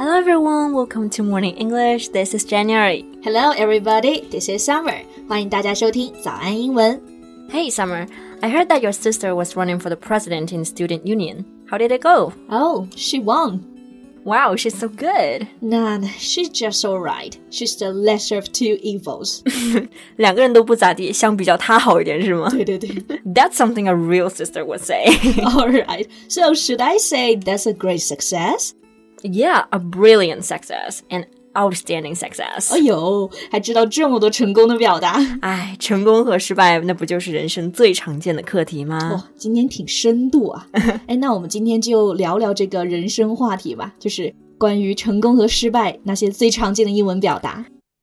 everyone, welcome to Morning English. This is January. Hello, everybody. This is Summer. 欢迎大家收听早安英文。 Hey, Summer, I heard that your sister was running for the president in student union. How did it go? Oh, she won. Wow, she's so good. Nah, she's just alright. She's the lesser of two evils. 两个人都不咋地，相比较她好一点是吗对对对？That's something a real sister would say. ，alright. So should I say that's a great success? yeah, a brilliant success, an outstanding success. 哎呦，还知道这么多成功的表达，哎，成功和失败，那不就是人生最常见的课题哇、吗？今天挺深度啊。哎，那我们今天就聊聊这个人生话题吧，就是关于成功和失败那些最常见的英文表达。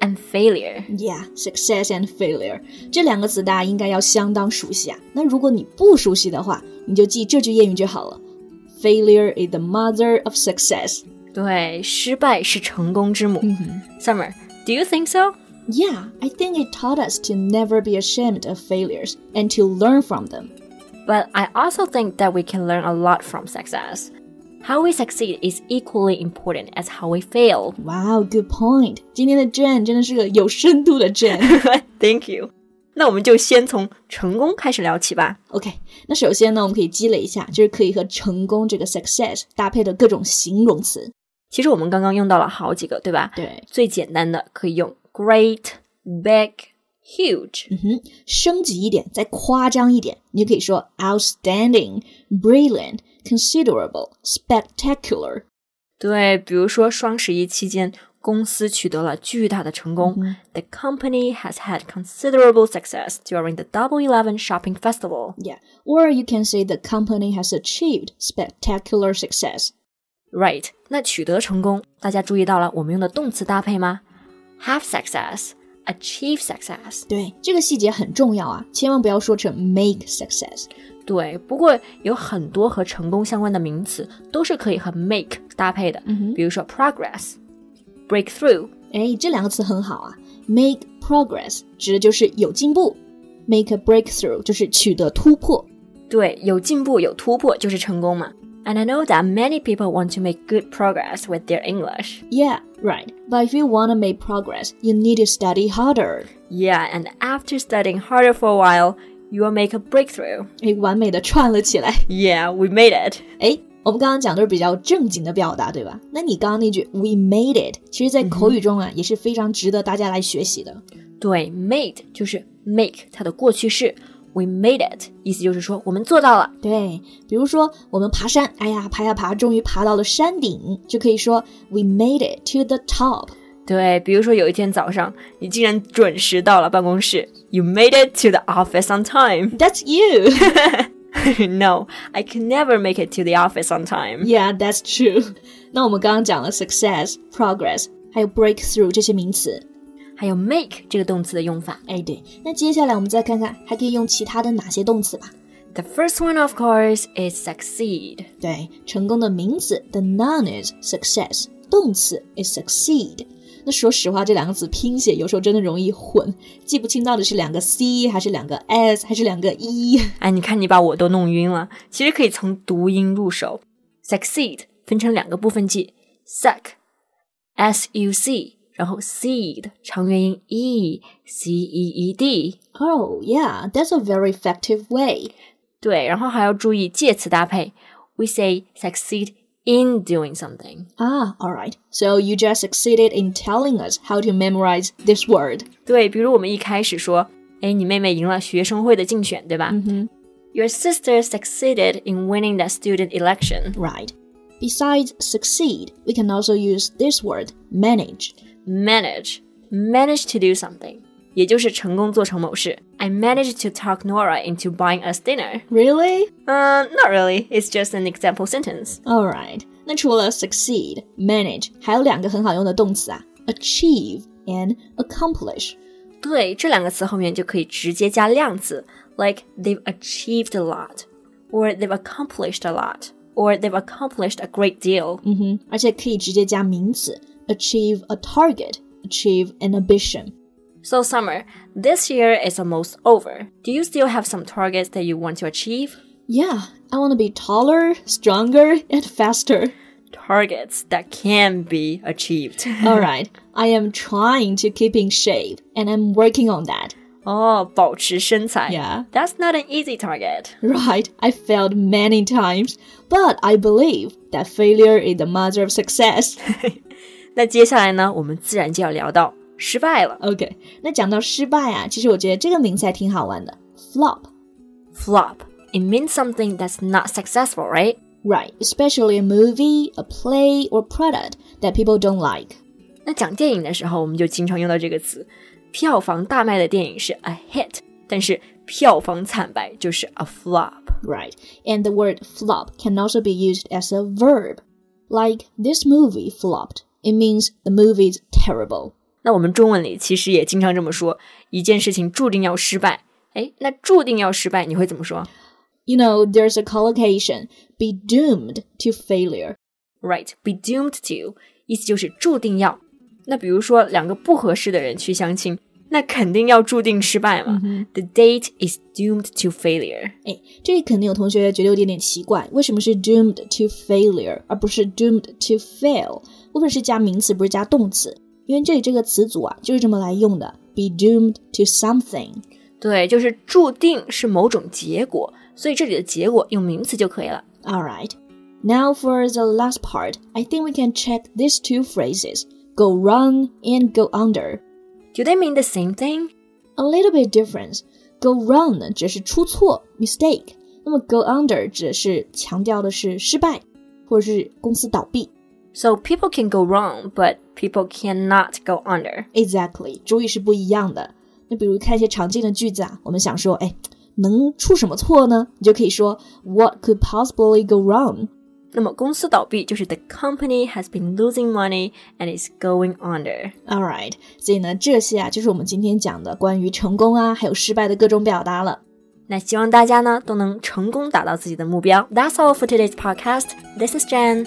and failure. Yeah, success and failure 这两个词大家应该要相当熟悉啊。那如果你不熟悉的话，你就记这句谚语就好了。Failure is the mother of success. 对，失败是成功之母。Summer, do you think so? Yeah, I think it taught us to never be ashamed of failures and to learn from them. But I also think that we can learn a lot from success. How we succeed is equally important as how we fail. Wow, good point. 今天的 Jane 真的是个有深度的 Jane。 Thank you. 那我们就先从成功开始聊起吧。 OK，那首先呢，我们可以积累一下，就是可以和成功这个 success 搭配的各种形容词。其实我们刚刚用到了好几个，对吧？对，最简单的可以用 great, big, huge。升级一点，再夸张一点，你就可以说 outstanding、brilliant、considerable、spectacular。对，比如说双十一期间，公司取得了巨大的成功。The company has had considerable success during the Double Eleven shopping festival. Yeah, or you can say the company has achieved spectacular success. Right？那取得成功，大家注意到了我们用的动词搭配吗？Have success, achieve success。对，这个细节很重要啊，千万不要说成 make success。对，不过有很多和成功相关的名词都是可以和 make 搭配的，比如说 progress、breakthrough。哎，这两个词很好啊，make progress 指的就是有进步，make a breakthrough 就是取得突破。对，有进步有突破就是成功嘛。And I know that many people want to make good progress with their English. Yeah, right. But if you want to make progress, you need to study harder. Yeah, and after studying harder for a while, you will make a breakthrough. 哎，完美的串了起来。 Yeah, we made it. 哎，我们刚刚讲都是比较正经的表达，对吧？那你刚刚那句 "We made it"，其实在口语中啊、也是非常值得大家来学习的。对，made 就是 make 它的过去式，we made it 意思就是说我们做到了。对，比如说我们爬山，哎呀，爬呀爬，终于爬到了山顶，就可以说 "We made it to the top"。对，比如说有一天早上，你竟然准时到了办公室，You made it to the office on time. That's you. no, I can never make it to the office on time. Yeah, that's true. 那我们刚刚讲了 success、progress，还有 breakthrough 这些名词。还有 make 这个动词的用法。哎，对，那接下来我们再看看还可以用其他的哪些动词吧。 The first one, of course, is succeed. 对，成功的名词 the noun is success，动词 is succeed。那说实话，这两个词拼写有时候真的容易混，记不清到底是两个 c 还是两个 s 还是两个 e。哎，你看你把我都弄晕了。其实可以从读音入手。Succeed 分成两个部分记，suck s u c，然后 seed 长元音 e c e e d。 Oh yeah, that's a very effective way. 对，然后还要注意介词搭配。We say succeed in doing something。 Ah, all right. So you just succeeded in telling us how to memorize this word. 对，比如我们一开始说，哎，你妹妹赢了学生会的竞选，对吧、y Mm-hmm. o u r sister succeeded in winning that student election. Right. Besides succeed, we can also use this word manage. manage manage to do something，也就是成功做成某事。I managed to talk Nora into buying us dinner. Really? Uh, not really. It's just an example sentence. All right. 那除了 succeed、manage，还有两个很好用的动词啊，achieve and accomplish。对，这两个词后面就可以直接加量词，like they've achieved a lot, or they've accomplished a lot, or they've accomplished a great deal。嗯哼，而且可以直接加名词，achieve a target, achieve an ambition。 So summer, this year is almost over. Do you still have some targets that you want to achieve? Yeah, I want to be taller, stronger, and faster. Targets that can be achieved. All right, I am trying to keep in shape, and I'm working on that. 哦，保持身材。 Yeah. That's not an easy target. Right, I failed many times, but I believe that failure is the mother of success. 那接下来呢，我们自然就要聊到失败了 OK，那讲到失败啊，其实我觉得这个名词还挺好玩的，flop。 （flop）。It means something that's not successful, right? Right, especially a movie, a play, or product that people don't like. 那讲电影的时候，我们就经常用到这个词。票房大卖的电影是 a hit，但是票房惨败就是 a flop。 Right, and the word flop can also be used as a verb. Like, this movie flopped. It means the movie is terrible. 那我们中文里其实也经常这么说，一件事情注定要失败。哎，那注定要失败，你会怎么说 You know, there's a collocation be doomed to failure. ？Right, be doomed to，意思就是注定要。那比如说两个不合适的人去相亲，那肯定要注定失败嘛。The date is doomed to failure。哎，这里肯定有同学觉得有点点奇怪，为什么是 doomed to failure 而不是 doomed to fail？无论是加名词不是加动词，因为这里这个词组啊就是这么来用的，be doomed to something。对，就是注定是某种结果，所以这里的结果用名词就可以了。 All right, now for the last part, I think we can check these two phrases: go wrong and go under. Do they mean the same thing? A little bit difference. Go wrong 呢指的是出错 mistake，那么 go under 指的是强调的是失败或者是公司倒闭。 So people can go wrong, but people cannot go under. Exactly，主语是不一样的。那比如看一些常见的句子啊，我们想说，哎，能出什么错呢？你就可以说 What could possibly go wrong？那么公司倒闭就是 the company has been losing money and is going under。 All right，所以呢，这些啊，就是我们今天讲的关于成功啊，还有失败的各种表达了。那希望大家呢都能成功达到自己的目标。That's all for today's podcast. This is Jen.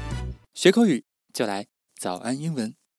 学口语就来早安英文。